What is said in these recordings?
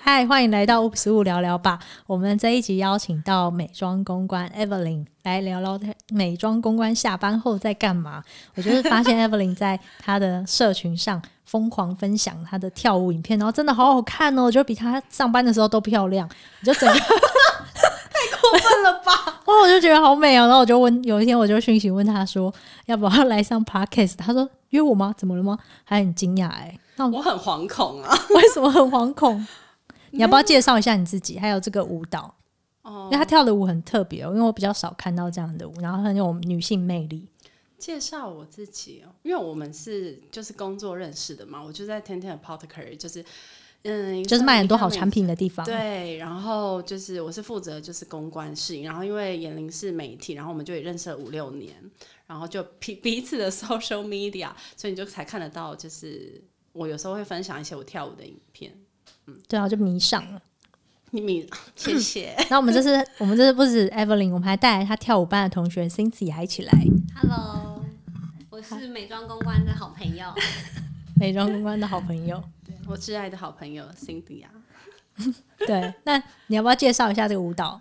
嗨，欢迎来到 Oops 物聊聊吧。我们这一集邀请到美妆公关 Evelyn 来聊聊 她美妆公关下班后在干嘛。我就是发 现 Evelyn 在她的社群上疯狂分享她的跳舞影片，然后真的好好看哦，我觉得比她上班的时候都漂亮。你就 整个过分了吧？哇，我就觉得好 美哦。然后我就问，有一天我就讯息问她说，要不要来上 Podcast？她说约我吗？怎么了吗？还很惊讶哎。那 我我很惶恐啊。 为什么很惶恐？嗯你要不要介绍一下你自己，还有这个舞蹈？因哦为，她跳的舞很特别、哦，因为我比较少看到这样的舞，然后很有女性魅力。介绍我自己哦，因为我们是就是工作认识的嘛，我就在天天 apothecary，就是嗯，就是卖很多好产品。品的地方。对，然后就是我是负责就是公关事宜，然后因为严玲是媒体，然后我们就也认识了五六年，然后就彼彼此的 social media，所以你就才看得到，就是我有时候会分享一些我跳舞的影片。对啊，就迷上了。你 米，谢谢。然后我们这次， 我们这次不止 Evelyn，我们还带来她跳舞班的同学 Cindy 还一起来 Hello，我是美妆公关的好朋友。美妆公关的好朋友。我挚爱的好朋友 Cindy 啊，对，那你要不要介绍一下这个舞蹈？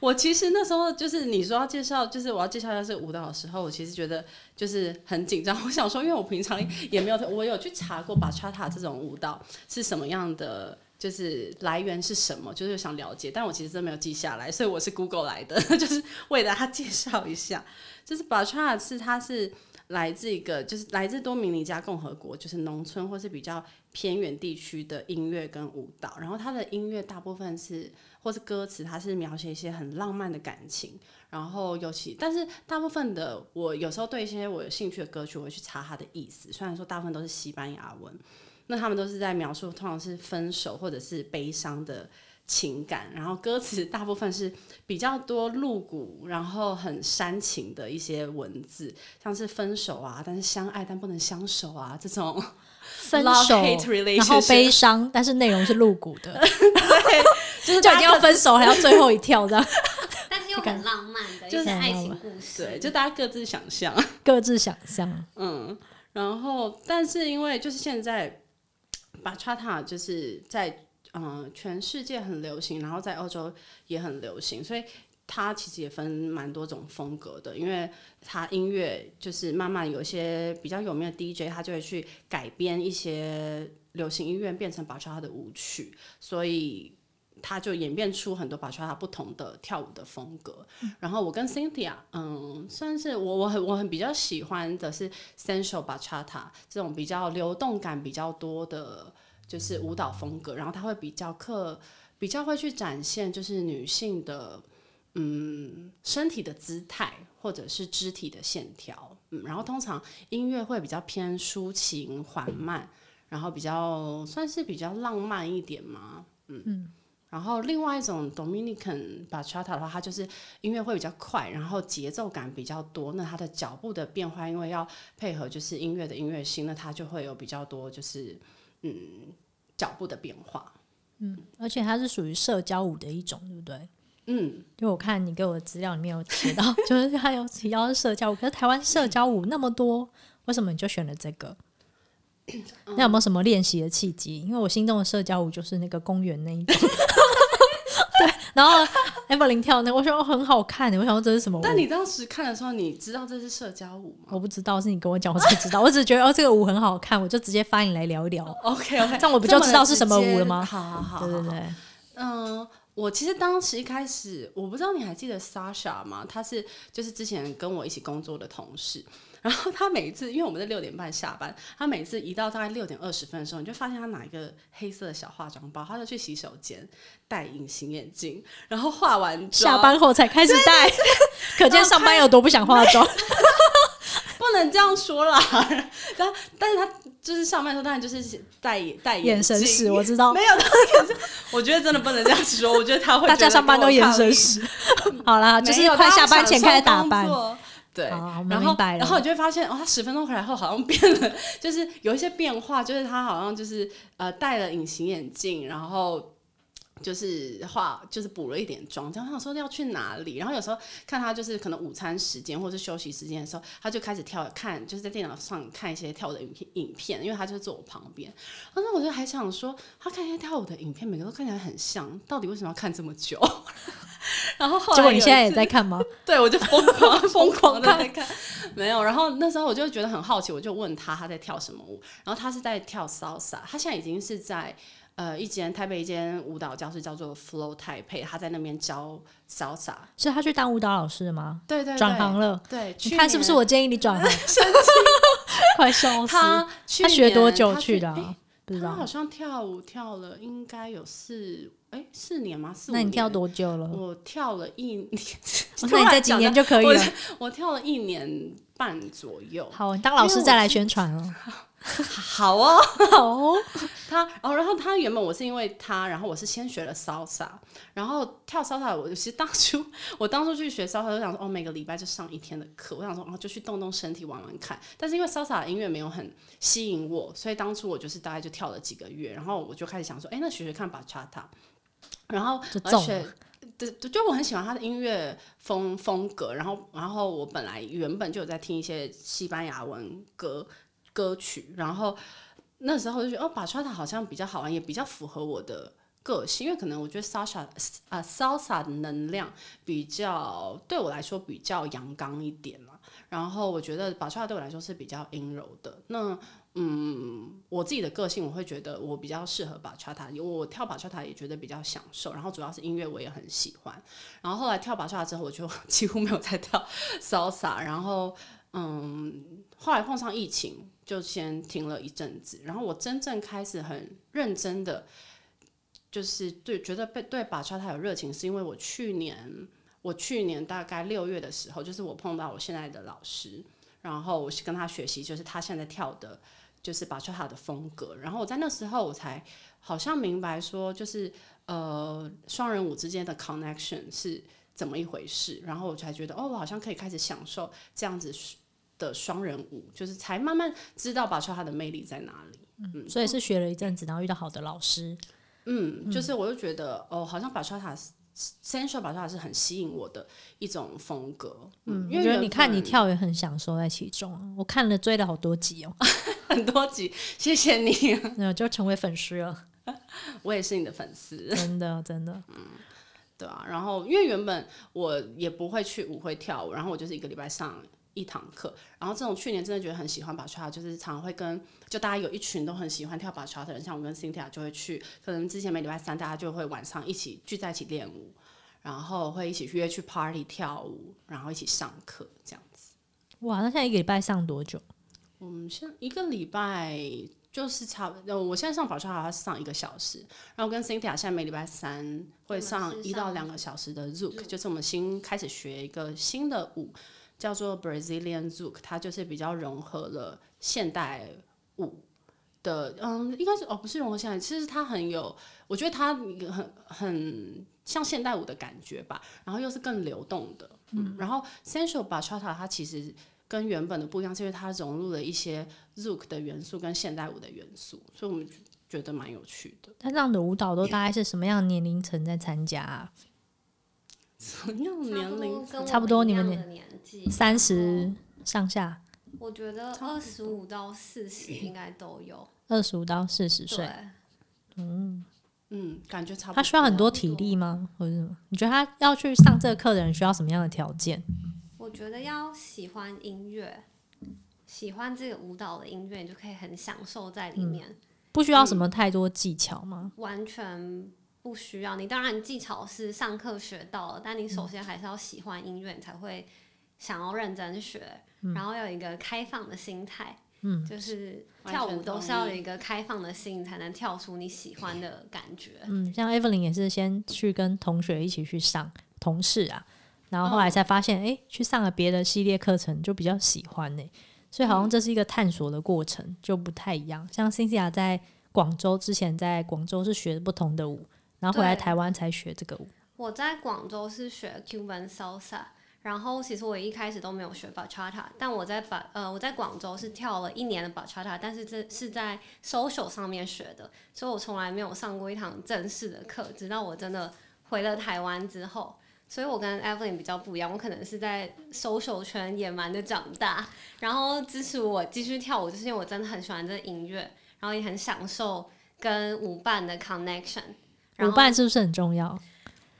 我其实那时候就是你说要介绍，就是我要介绍一下这个舞蹈的时候，我其实觉得就是很紧张。我想说，因为我平常也没有，我有去查过 bachata 这种舞蹈是什么样的，就是来源是什么，就是想了解。但我其实真没有记下来，所以我是 Google 来的， 就是为大家介绍一下。就是 bachata 是它是来自一个，就是来自多米尼加共和国，就是农村或是比较偏远地区的音乐跟舞蹈。然后它的音乐大部分是或是歌词，它是描写一些很浪漫的感情。然后尤其，但是大部分的我有时候对一些我有兴趣的歌曲，我会去查它的意思。虽然说大部分都是西班牙文，那他们都是在描述通常是分手或者是悲伤的情感。然后歌词大部分是比较多露骨，然后很煽情的一些文字，像是分手啊，但是相爱但不能相守啊这种。 分 Love 手 hate，relationship 然后悲伤，但是内容是露骨 的，就是就大已家经要分手，还要最后一跳这样，但是又很浪漫的一就是些爱情故事，对，就大家各自想象。各自想象。嗯，然后但是因为就是现在，巴恰塔就是在嗯、呃全世界很流行，然后在欧洲也很流行，所以它其实也分蛮多种风格的。因为它音乐就是慢慢有一些比较有名的 DJ，他就会去改编一些流行音乐变成巴恰塔的舞曲，所以。它就演变出很多巴恰塔不同的跳舞的风格，然后我跟 Cynthia，嗯，算是我我很我很比较喜欢的是 sensual bachata 这种比较流动感比较多的，就是舞蹈风格，然后它会比较刻，比较会去展现就是女性的嗯身体的姿态或者是肢体的线条，嗯，然后通常音乐会比较偏抒情缓慢，然后比较算是比较浪漫一点嘛，嗯。然后另外一种 Dominican bachata 的话，它就是音乐会比较快，然后节奏感比较多。那它的脚步的变化，因为要配合就是音乐的音乐性，那它就会有比较多就是嗯脚步的变化。嗯而且它是属于社交舞的一种，对不对？嗯，因为我看你给我的资料里面有提到， 就是它有提到是社交舞，可是台湾社交舞那么多，为什么你就选了这个？那有没有什么练习的契机？因为我心中的社交舞就是那个公园那一种。对，然后 Evelyn 跳那个，我说哦很好看，我想说这是什么舞？但你当时看的时候，你知道这是社交舞吗我不知道，是你跟我讲我才知道。我只是觉得哦这个舞很好看，我就直接发你来聊一聊。 ？OK OK，这样我不就哦知道是什么舞了吗好好好，好对对。对，嗯，我其实当时一开始，我不知道你还记得 Sasha 吗？他是就是之前跟我一起工作的同事。然后他每一次，因为我们在六点半下班，他每次一到大概六点二十分的时候，你就发现他拿一个黑色的小化妆包，他就去洗手间戴隐形眼镜，然后化完妆，下班后才开始戴，可见上班有多不想化 妆。不能这样说啦。 但但是他就是上班的时候，当然就是戴戴眼神镜使我知道没有，他眼神我觉得真的不能这样 说，我觉得他会大家觉得上班跟都我眼抗神议使。 好啦，就是没有快大家下班前享开始受打工扮。作。对，好我们然明后白了然后你就会发现，哦，他十分钟回来后好像变了，就是有一些变化，就是他好像就是呃戴了隐形眼镜，然后就是化就是补了一点妆，这样我想说要去哪里，然后有时候看他就是可能午餐时间或是休息时间的时候，他就开始跳看，就是在电脑上看一些跳舞的影片影片，因为他就是坐我旁边，然后我就还想说他看一些跳舞的影片，每个都看起来很像，到底为什么要看这么久？ 然后后来结果你有一现在也次在看吗？对，我就疯狂疯狂的看在看，没有。然后那时候我就觉得很好奇，我就问他他在跳什么舞，然后他是在跳 salsa，他现在已经是在呃一间台北一间舞蹈教室叫做 Flow 台北，他在那边教 salsa。是他去当舞蹈老师吗？对对对，转行了，对，你去看是不是年我建议你转 行？ 快笑死！他去他学多年久他去的诶啊？不知他好道。像跳舞跳了应该有四哎四年吗？四五那年？你跳？多久了？我跳了一年，哦 突那你然在几讲年啊到就可以我了。我跳了一年半左右。好，你当老师再来宣传哦。 好哦。好哦，他哦，然后他原本我是因为他，然后我是先学了 salsa，然后跳 salsa，我其实当初我当初去学 salsa 就想说，哦，每个礼拜就上一天的课，我想说，哦，就去动动身体玩玩看。但是因为 salsa 的音乐没有很吸引我，所以当初我就是大概就跳了几个月，然后我就开始想说，哎，那学学看 bachata，然后就而中且。对，对就我很喜欢他的音乐风风格，然后然后我本来原本就有在听一些西班牙文歌歌曲，然后那时候就觉得哦，把 a 塔好像比较好玩，也比较符合我的个性，因为可能我觉得 salsa 啊 salsa 的能量比较对我来说比较阳刚一点嘛，然后我觉得把 a 对我来说是比较阴柔的。那嗯，我自己的个性我会觉得我比较适合把 a 塔，我跳把 a 塔也觉得比较享受，然后主要是音乐我也很喜欢。然后后来跳把 a 塔之后，我就 几乎没有再跳 salsa，然后嗯，后来碰上疫情，就先停了一阵子。然后我真正开始很认真的，就是对觉得被对把叉塔有热情，是因为我去年我去年大概六月的时候，就是我碰到我现在的老师，然后我是跟他学习，就是他现在跳的。就是把叉塔的风格，然后我在那时候我才好像明白说，就是呃双人舞之间的 connection 是怎么一回事，然后我才觉得哦，我好像可以开始享受这样子的双人舞，就是才慢慢知道把超它的魅力在哪里。所以是学了一阵子，然后遇到好的老师，嗯，就是我就觉得哦，好像把超塔 sensual 把超塔是很吸引我的一种风格。嗯，因我为觉有得你看你很跳也很享受在其中啊。我看了追了好多集哦，很多集，谢谢你，那 就成为粉丝 了，我也是你的粉丝，真的真的。对啊。然后因为原本我也不会去舞会跳舞，然后我就是一个礼拜上。一堂课，然后这种去年真的觉得很喜欢把刷，就是常常会跟就大家有一群都很喜欢跳把刷的人，像我跟 Cynthia 就会去，可能之前每礼拜三大家就会晚上一起聚在一起练舞，然后会一起约去 party 跳舞，然后一起上课这样子。哇，那现在一个礼拜上多久？我们现一个礼拜就是差不多，我现在上保刷好像是上一个小时，然后跟 Cynthia 现在每礼拜三会我上们是一到上两个小时的 Zouk，就是我们新开始学一个新的舞，叫做 Brazilian Zouk，它就是比较融合了现代舞的，嗯，应该是哦，不是融合现代，其实它很有，我觉得它很很像现代舞的感觉吧，然后又是更流动的，嗯，然后 Sensual Bachata 它其实跟原本的不一样，是因为它融入了一些 Zouk 的元素跟现代舞的元素，所以我们就觉得蛮有趣 的。他这样的舞蹈都大概是什么样的年龄层在参加啊？同样差不年龄多跟我差不多你们一样的年纪，三十上下，我觉得二十五到 四十应该都有。二十五到四十岁。对，嗯，感觉差不多。他需要很多体力吗？或者什么？你觉得他要去上这个课的人需要什么样的条件？我觉得要喜欢音乐，喜欢这个舞蹈的音乐，你就可以很享受在里面，不需要什么太多技巧吗？完全不需要。你当然技巧是上课学到了，但你首先还是要喜欢音乐，你才会想要认真学，然后要有一个开放的心态。嗯，就是完跳全舞都同是要意有一个开放的心，你才能跳出你喜欢的感觉。嗯，像 Evelyn 也是先去跟同学一起去上，同事啊，然后后来哦才发现，哎、去上了别的系列课程就比较喜欢呢、所以好像嗯这是一个探索的过程，就不太一样。像 Cynthia 在广州之前，在广州是学不同的舞，然后回来对台湾才学这个舞。我在广州是学 Cuban salsa，然后其实我一开始都没有学 bachata，但我在把呃我在广州是跳了一年的 bachata，但是这是在 social 上面学的，所以我从来没有上过一堂正式的课，直到我真的回了台湾之后。所以我跟 Evelyn 比较不一样，我可能是在 social 圈野蛮的长大，然后支持我继续跳舞，就是因为我真的很喜欢这音乐，然后也很享受跟舞伴的 connection。然舞后伴是不是很重要？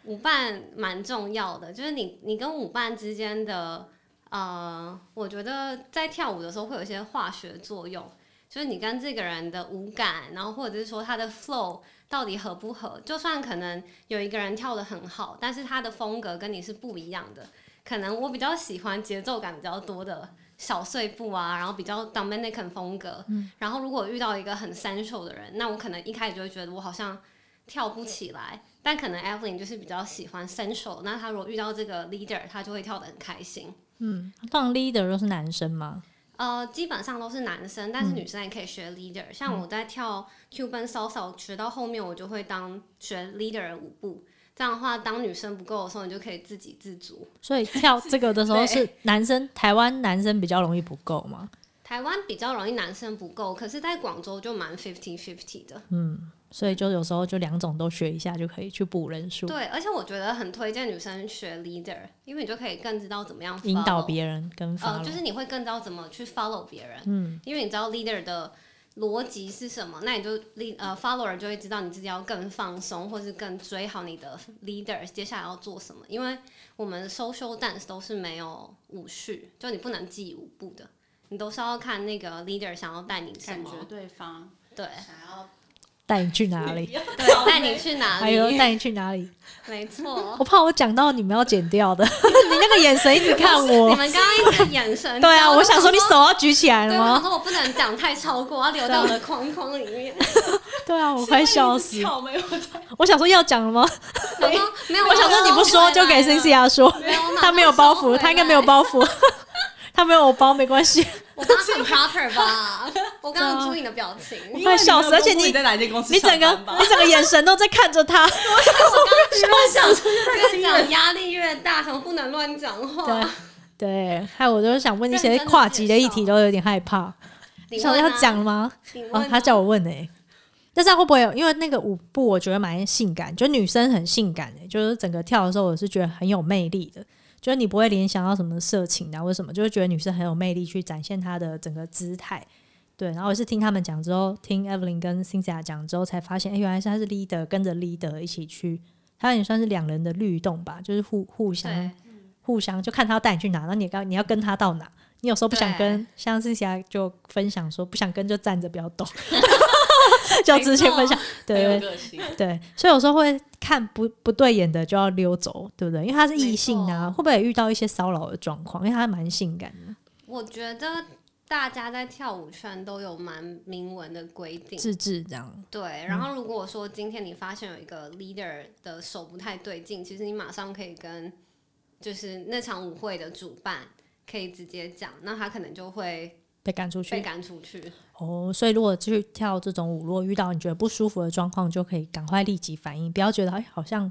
舞伴蛮重要的，就是你你跟舞伴之间的呃，我觉得在跳舞的时候会有一些化学作用，就是你跟这个人的舞感，然后或者是说他的 flow 到底合不合，就算可能有一个人跳得很好，但是他的风格跟你是不一样的，可能我比较喜欢节奏感比较多的。小碎步啊，然后比较 Dominican 风格，然后如果遇到一个很 sensual 的人，那我可能一开始就会觉得我好像跳不起来，但可能 Evelyn 就是比较喜欢 sensual，那她如果遇到这个 leader，她就会跳得很开心。嗯，当 leader 都是男生嘛，呃，基本上都是男生，但是女生也可以学 leader、像嗯我在跳 Cuban salsa 学到后面，我就会当学 leader 的舞步。这样的话，当女生不够的时候，你就可以自给自足。所 以跳这个的时候是男生，台湾男生比较容易不够嘛。台湾比较容易男生不够，可是，在广州就蛮 fifty fifty 的。嗯所以就有时候就两种都学一下就可以去补人数，对，而且我觉得很推荐女生学 leader，因为你就可以更知道怎么样引导 follow 别人跟发、呃，就是你会更知道怎么去 follow 别人，嗯因为你知道 leader 的逻辑是什么，那你就 lead 呃 follower 就会知道你自己要更放松，或是更追好你的 leader 接下来要做什么。因为我们 social dance 都是没有舞序，就你不能记舞步的，你都是要看那个 leader 想要带你什感觉么，对方对想要带你去哪 里，对，带你去哪还里，有带你去哪里。 没错。我怕我讲到你们要剪掉的， 你那个眼神一直看你 我。们刚刚一直眼神，对啊，我想说你手手要举起来了对，我想吗？说我不能讲太超过，要留在我的框框里 面。对啊，我快笑死。跳没有在我想说要讲 了吗？然后没有，我想说你不说就给 c i。a 说，没有，她没有包袱，她应该没有。包袱， 她没有我包没关 系。我刚刚很 proper 吧？我刚刚注意你的表情，我快笑死，而且因为你你没有公布在哪间公司你整个上班吧 你整个眼神都在看着 他， 越讲越讲压力越大，想不能乱讲对话。对，害我就是想问一认些真地跨级的介议题绍都有点害怕，你想问要啊讲了吗？你问哦啊，他叫我问的、欸，但是他会不会有？因为那个舞步我觉得蛮性感，就女生很性感的、就是整个跳的时候我是觉得很有魅力的，就是你不会联想到什么色情啊或者什么，就是觉得女生很有魅力去展现她的整个姿态。对，然后我是听他们讲之后，听 Evelyn 跟 Cynthia 讲之后，才发现，哎、原来是他是 leader 跟着 leader 一起去，他也算是两人的律动吧，就是互互相对，互相就看他要带你去哪，然后你也跟你要跟他到哪。你有时候不想跟，像之前就分享说不想跟就站着不要动， 就直接分享，没 对有个性，对对，所以有时候会看不不对眼的就要溜走，对不对？因为他是异性啊，没错会不会也遇到一些骚扰的状况？因为他蛮性感的，我觉得大家在跳舞圈都有蛮明文的规定，自制这样，对，然后如果说今天你发现有一个 leader 的手不太对劲，其实你马上可以跟就是那场舞会的主办可以直接讲，那他可能就会被赶出被去赶出去。哦。所以如果去跳这种舞，如果遇到你觉得不舒服的状况，就可以赶快立即反应，不要觉得哎好像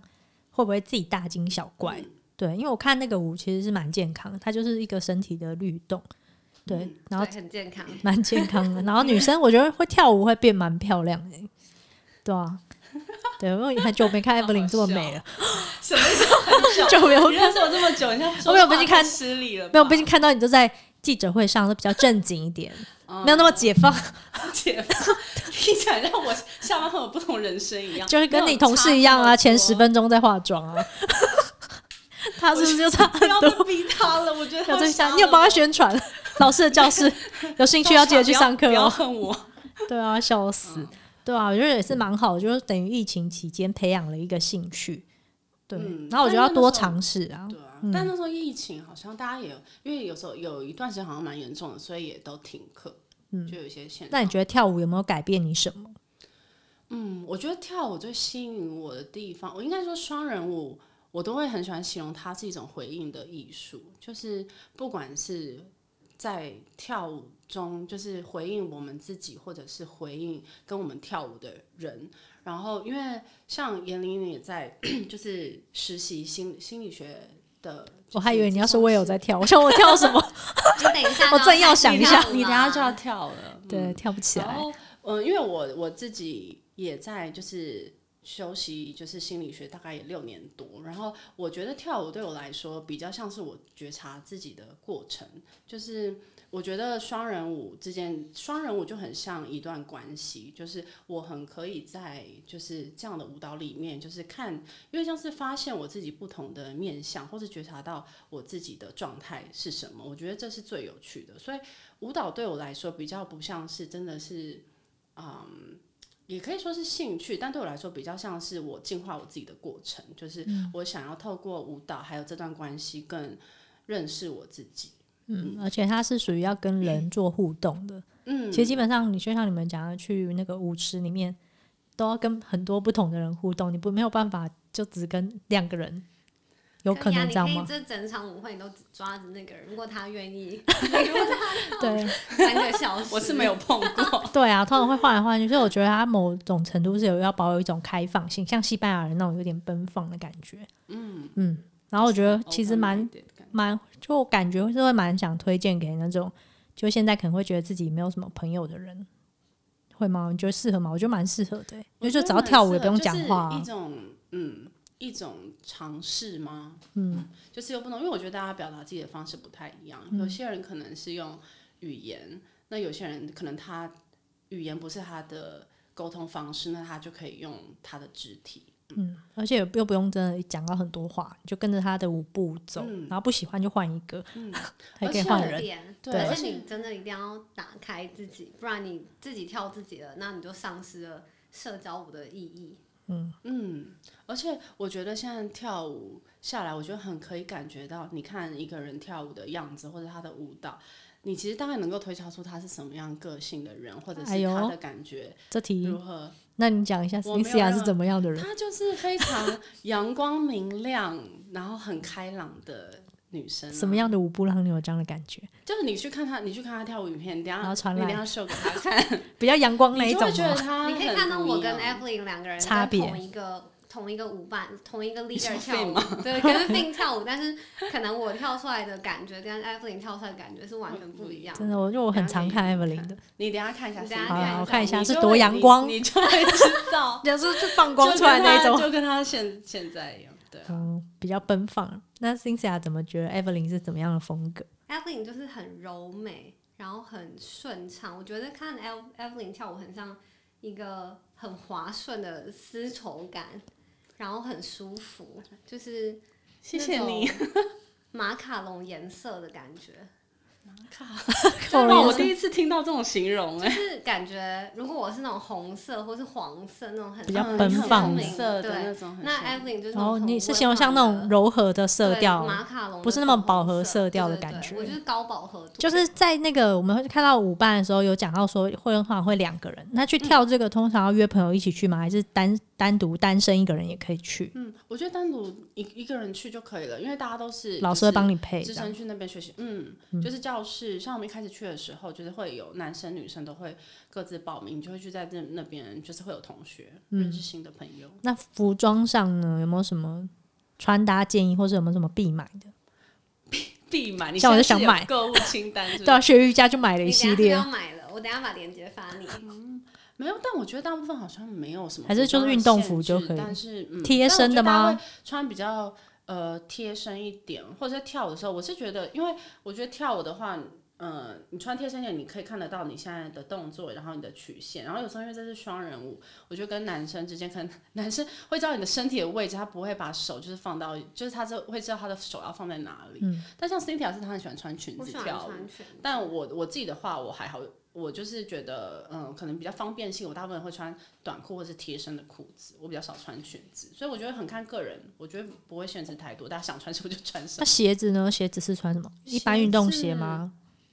会不会自己大惊小怪。嗯对，因为我看那个舞其实是蛮健康的，它就是一个身体的律动，嗯对，然后对很健康。蛮健康的。然后女生我觉得会跳舞会变蛮漂亮的、对啊，对，因为很久没看艾好哦芙好琳这么美了，什么时候很 久？就没有你认识我这么久，你看我没有被你看失礼了吧，没有，毕竟看到你都在记者会上都比较正经一点，嗯没有那么解放，解放， 听起来让我下班后有不同人生一样，就是跟你同事一样啊，前十分钟在化妆啊。 他是不是就 差 不很要多再？逼他了，我 觉得有他对杀象，了你有帮他我宣传 老师的教 室，有兴趣要记得去上课不要不要哦。恨 我，对啊，笑死。对啊，我觉得也是蛮好的，就是等于疫情期间培养了一个兴趣。对，嗯然后我觉得但要是多那时候尝试啊。对啊，但那时候疫情好像大家也有，因为有时候有一段时间好像蛮严重的，所以也都停课，就有一些限。那你觉得跳舞有没有改变你什么？嗯，我觉得跳舞最吸引我的地方，我应该说双人舞，我都会很喜欢形容它是一种回应的艺术，就是不管是在跳舞中，就是回应我们自己，或者是回应跟我们跳舞的人。然后，因为像严玲也在就是实习心心理学的。我还以为你要说我也有在跳，我想我跳 什么？你等一下， 我正要想一下你等下就要跳了，对，跳不起然来。后，嗯，因为我我自己也在就是休息，就是心理学大概也六年多。然后我觉得跳舞对我来说比较像是我觉察自己的过程，就是我觉得双人舞之间，双人舞就很像一段关系，就是我很可以在就是这样的舞蹈里面，就是看，因为像是发现我自己不同的面相，或是觉察到我自己的状态是什么，我觉得这是最有趣的。所以舞蹈对我来说比较不像是真的是，嗯，也可以说是兴趣，但对我来说比较像是我进化我自己的过程，就是嗯我想要透过舞蹈还有这段关系更认识我自己。嗯，而且它是属于要跟人做互动的。嗯，其实基本上，你就像你们讲的，去那个舞池里面，都要跟很多不同的人互动，你不没有办法就只跟两个人，有可能这样啊你吗？可以这整场舞会你都只抓着那个人，如果他 愿意，如果对他三个小时，我是没有碰过，对啊，通常会换来换去，所以我觉得它某种程度是有要保有一种开放性，像西班牙人那种有点奔放的感觉。嗯嗯， 然后我觉得其实蛮 Open-minded 的感觉蛮，就我感觉是会蛮想推荐给那种，就现在可能会觉得自己没有什么朋友的人，会吗？你觉得适合吗？我觉得蛮适合的、欸，因为就只要跳舞也不用讲话、就是啊一。种嗯一种尝试吗？嗯，就是又不能，因为我觉得大家表达自己的方式不太一样，嗯有些人可能是用语言，那有些人可能他语言不是他的沟通方式，那他就可以用他的肢体。嗯，而且又不用真的讲到很多话，你就跟着他的舞步走，嗯然后不喜欢就换一个， 还可以换人。人对啊而而且且你真的一定要打开自己，不然你自己跳自己了，那你就丧失了社交舞的意义。嗯，而且我觉得现在跳舞下来，我觉得很可以感觉到，你看一个人跳舞的样子或者他的舞蹈，你其实大概能够推敲出他是什么样个性的人，或者哎是呦他的感觉这题如，何。那你讲一下嗯我没有 c i a 是让怎么样的人？她就是非常阳光明亮，然后很开朗的女生、啊什么？样的舞步让你有这样的感觉？就是你去看她，你去看她跳舞影片，你等一下然后传你来等一下秀给她看，比较阳光那你一就种啊会觉得吗？她 你可以很看到不我一跟样 Evelyn 两个人啊差在别同一个同一个舞伴、同一个说 leader 跳 Finn 舞，对，跟 Fin 跳舞，但是可能我跳出来的感觉跟 Evelyn 跳出来的感觉是完全不一样的。真的，我因为我很常看 Evelyn 的，你等一下看一下你视等频，一下好啊我看一下你就是会多阳光你你就会知道，就是是放光就出来跟那一她种，就跟她现现在一样，对啊。嗯，比较奔放。那 c i n i 怎么觉得 Evelyn 是怎么样的风格？ Evelyn 就是很柔美，然后很顺畅。我觉得看 Ev Evelyn 跳舞很像一个很滑顺的丝绸感，然后很舒服，就是谢谢 你，马卡龙颜色的感觉。靠！我哇，也我是第一次听到这种形容就哎，是感觉，如果我是那种红色或是黄色那种很比较嗯奔很放红明色的那对，种很那像 Evelyn 就然是那种后很哦你是温形容像那暖种的柔和的色对调，马卡龙，不是那么饱和色调的对对感对觉我就是高饱和度，就是在那个我们会看到舞伴的时候，有讲到说会通常会两个人，那去嗯跳这个通常要约朋友一起去吗？还是单单独单身一个人也可以去？嗯，我觉得单独一一个人去就可以了，因为大家都是老师就会是帮你配支这样。撑去那边学习，嗯，就是教室，像我们一开始去的时候，就是会有男生女生都会各自报名，你就会去在这那边，就是会有同学、嗯认识新的朋友。那服装上呢，有没有什么穿搭建议，或是有没有什么必买的？必买，你像我就现想在是有买购物清单 是不哎对啊，是？学瑜伽就买了你一等下系是不是列要啊，买了，我等下把链接发 你。没有，但我觉得大部分好像没有什么服装的限制，还是就是运动服就可以但是嗯贴身的？但我觉得大家吗会？穿比较呃贴身一点，或者在跳舞的时候，我是觉得，因为我觉得跳舞的话。呃，你穿贴身一点，你可以看得到你现在的动作，然后你的曲线，然后有时候因为这是双人舞，我觉得跟男生之间，可能男生会知道你的身体的位置，他不会把手就是放到，就是他这会知道他的手要放在哪里。嗯但像 Cynthia 是她很喜欢穿裙我子喜欢跳舞，穿裙子，但我我自己的话，我还好，我就是觉得，嗯，可能比较方便性，我大部分会穿短裤或是贴身的裤子，我比较少穿裙子，所以我觉得很看个人，我觉得不会限制太多，大家想穿什么就穿什那么。 鞋子呢？鞋子是穿什么？一般运动鞋吗？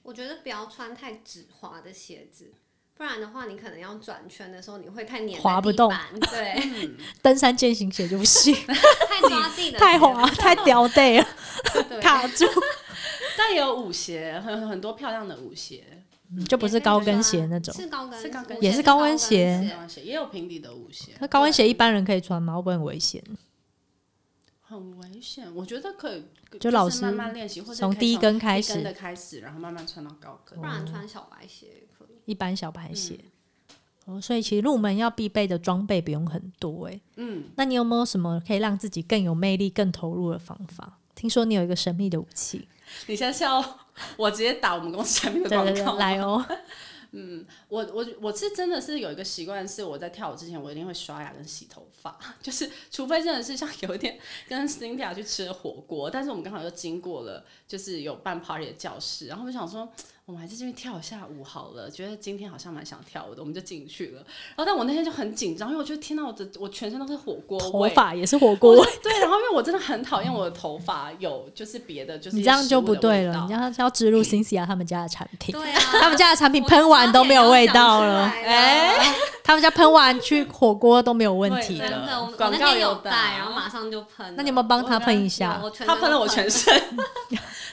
我觉得不要穿太直滑的鞋子。不然的话，你可能要转圈的时候，你会太黏在滑不地动板， 对，登山健行鞋就不行，太抓地 的太鞋滑，子太掉带 了， 对，卡住，但也有舞鞋，很很多漂亮的舞鞋，就不是高跟鞋那种。是高跟，是高跟我也觉是得高高跟鞋漂亮鞋也有平底的舞鞋，那高跟鞋一般人可以穿吗？会不会很危险？很危险，我觉得可以，就是老师慢慢练习，或者从可以第一根开一始根的开始，然后慢慢穿到高跟不。然穿小白鞋也可以。一般小白鞋。嗯哦，所以其实入门要必备的装备不用很多诶、嗯，那你有没有什么可以让自己更有魅力、更投入的方法？听说你有一个神秘的武 器，你现在是要 我直接打我们公司产品的对广对对告，吗？来 哦，我我我是真的是有一个习惯，是我在跳舞之前，我一定会刷牙跟洗头发， 就是除非真的是像有一天 跟 Cynthia 去吃了火锅，但是我们刚好又经过了就是有办 party 的教室，然后我想说。我们还是进去跳一下舞好了，觉得今天好像蛮想跳舞的，我们就进去了。然后，但我那天就很紧张，因为我觉得天到我的我全身都是火锅头味，发也是火锅味，对。然后，因为我真的很讨厌我的头发有就是别的，就 是你一这些样食就物不的对味了，道你这样是要植入辛西亚他们家的产 品，对啊， 他们家的产品我喷完都没有味道我了，哎差点要讲出来了他们家喷完去火锅都没有问题对真了。的，我我广那告天有有打带，然后马上就喷了。那你有没有帮他喷一下有？我全他身喷了都我 全身，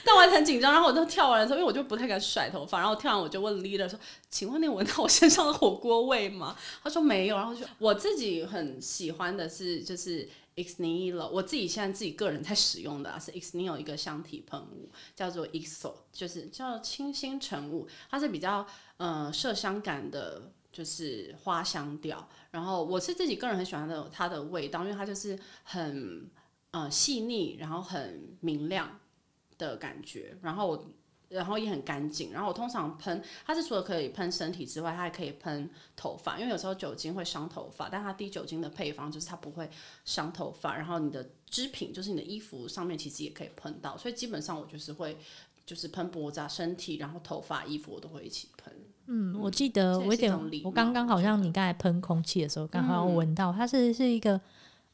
但我还是很紧张。然后我就跳完的时候，因为我就不太敢甩头发，然后我跳完我就问 leader 说：“请问你闻到我身上的火锅味吗？”他说没有。然后我就我自己很喜欢的是就是 Xneo，我自己现在自己个人在使用的、啊、是 Xneo 一个香体喷雾，叫做 Exo，就是叫清新晨雾，它是比较呃麝香感的。就是花香调，然后我是自己个人很喜欢的它的味道，因为它就是很呃细腻，然后很明亮的感觉，然后我然后也很干净。然后我通常喷，它是除了可以喷身体之外，它还可以喷头发，因为有时候酒精会伤头发，但它低酒精的配方就是它不会伤头发。然后你的织品，就是你的衣服上面其实也可以喷到，所以基本上我就是会。就是喷脖子、啊、身体，然后头发、衣服我都会一起喷。嗯，我记得这也我有是一点种礼，我貌刚刚我好觉像得你刚才喷空气的时候，刚好嗯闻到它是是一个，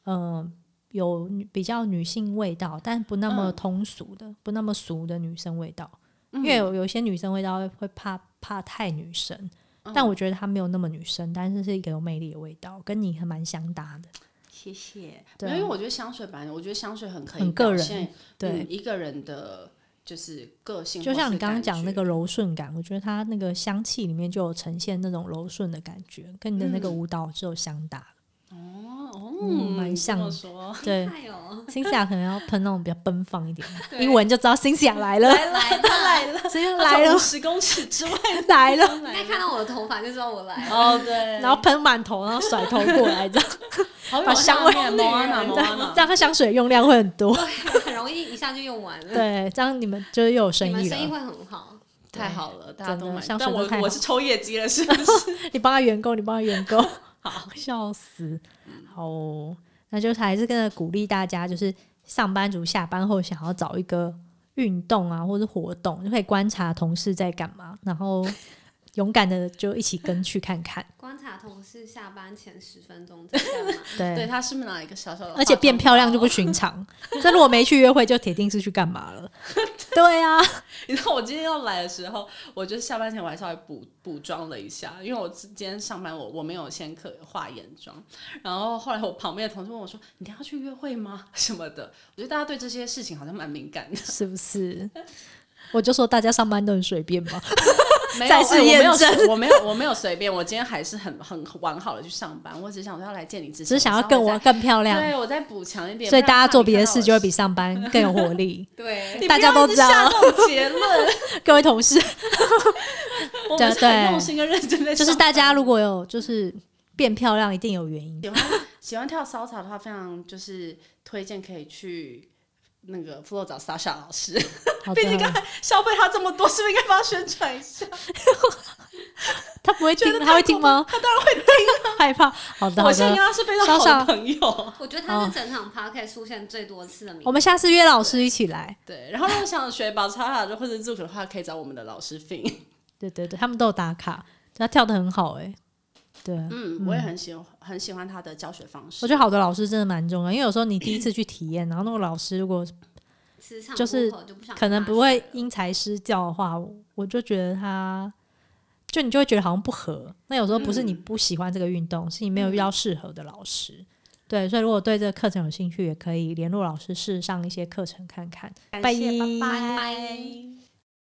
呃，有女比较女性味道，但不那么嗯通俗的，不那么俗的女生味道。因为有有些女生味道会会怕怕太女生，嗯但我觉得它没有那么女生，但是是一个有魅力的味道，跟你还蛮相搭的。谢谢。对没有，因为我觉得香水本来，我觉得香水很可以很个表人现对嗯，一个人的就是个性，就像你刚刚讲那个个，柔顺感，我觉得它那个香气里面就有呈现那种柔顺的感觉，跟你的那个嗯舞蹈是有相搭的。哦，嗯蛮你这像么的说，对，哎 呦，辛西亚可能要喷那种比较奔放一点，对一闻就知道辛西亚来了，来了来了，直接 来了十公尺之外，来了，应该看到我的头发就知道我来了。哦对，然后喷满头，然后甩头过来，这样 好把有香香味味，莫安娜莫这安样娜 这，样它香水用量会很多。对， 很容易一下就用完 了。，对，这样你们就是又有生你们意生意了。会很好。太好了，大家真都的买香，水但都我太我好是抽业绩了，是不是？你帮他员工，你帮他员 工，好 笑死。好哦，那就是还是跟着鼓励大家，就是上班族下班后想要找一个运动啊，或者活动，就可以观察同事在干嘛，然后勇敢的就一起跟去看看。观察同事下班前十分钟在干嘛？对，他是不是拿一个小小的，而且变漂亮 就不。寻常。这如果没去约会，就铁定是去干嘛 了？对啊，你知道我今天要来的时候，我就下班前我还稍微补补妆了一下，因为我今天上班我我没有先刻画眼妆，然后后来我旁边的同事问我说：“你等一下要去约会吗？” 什么的，我觉得大家对这些事情好像蛮敏感 的。是不是？我就说大家上班都很随便嘛，没有，再次哎验证我没有，我没有，我没有随便，我今天还是很很很完好的去上班，我只想说要来见你之前，只是想要我稍更微我更漂再亮，对我再补强一点，所以不大然怕家做别的你看到事我就会比上班更有活力。对，你大不家要都一直知道下这种结论，各位同事， 我们 是对很用心跟认真在上班，就是大家如果有就是变漂亮，一定有原因。喜欢喜欢跳骚操的话，非常就是推荐可以去。那个 flow 找 Sasha 老 师，好毕竟的，消费他这么多，是不是应该帮他宣传一下？他不会听觉，得他会听吗？他当然会听，害怕。好的，好我现在跟的，他是非常好 Sasha 的朋友。我觉得哦他是整场 p a r k 出现最多次的名我字。们下次约老师一起来。对，然后如果想学 b a c h a 或者 Zouk 的话，可以找我们的老师 Fin。对对对，他们都有打卡，他跳的很好哎、对啊，嗯，我也很喜欢很喜欢他的教学方式。我觉得好的老师真的蛮重要，因为有时候你第一次去体验，然后那个老师如果磁场就是不合就不想可能大不会学了因材施教的话，我就觉得他就你就会觉得好像不合。那有时候不是你不喜欢这个运动，是你没有遇到适合的老师。对，所以如果对这个课程有兴趣，也可以联络老师试上一些课程看看。感拜谢拜拜拜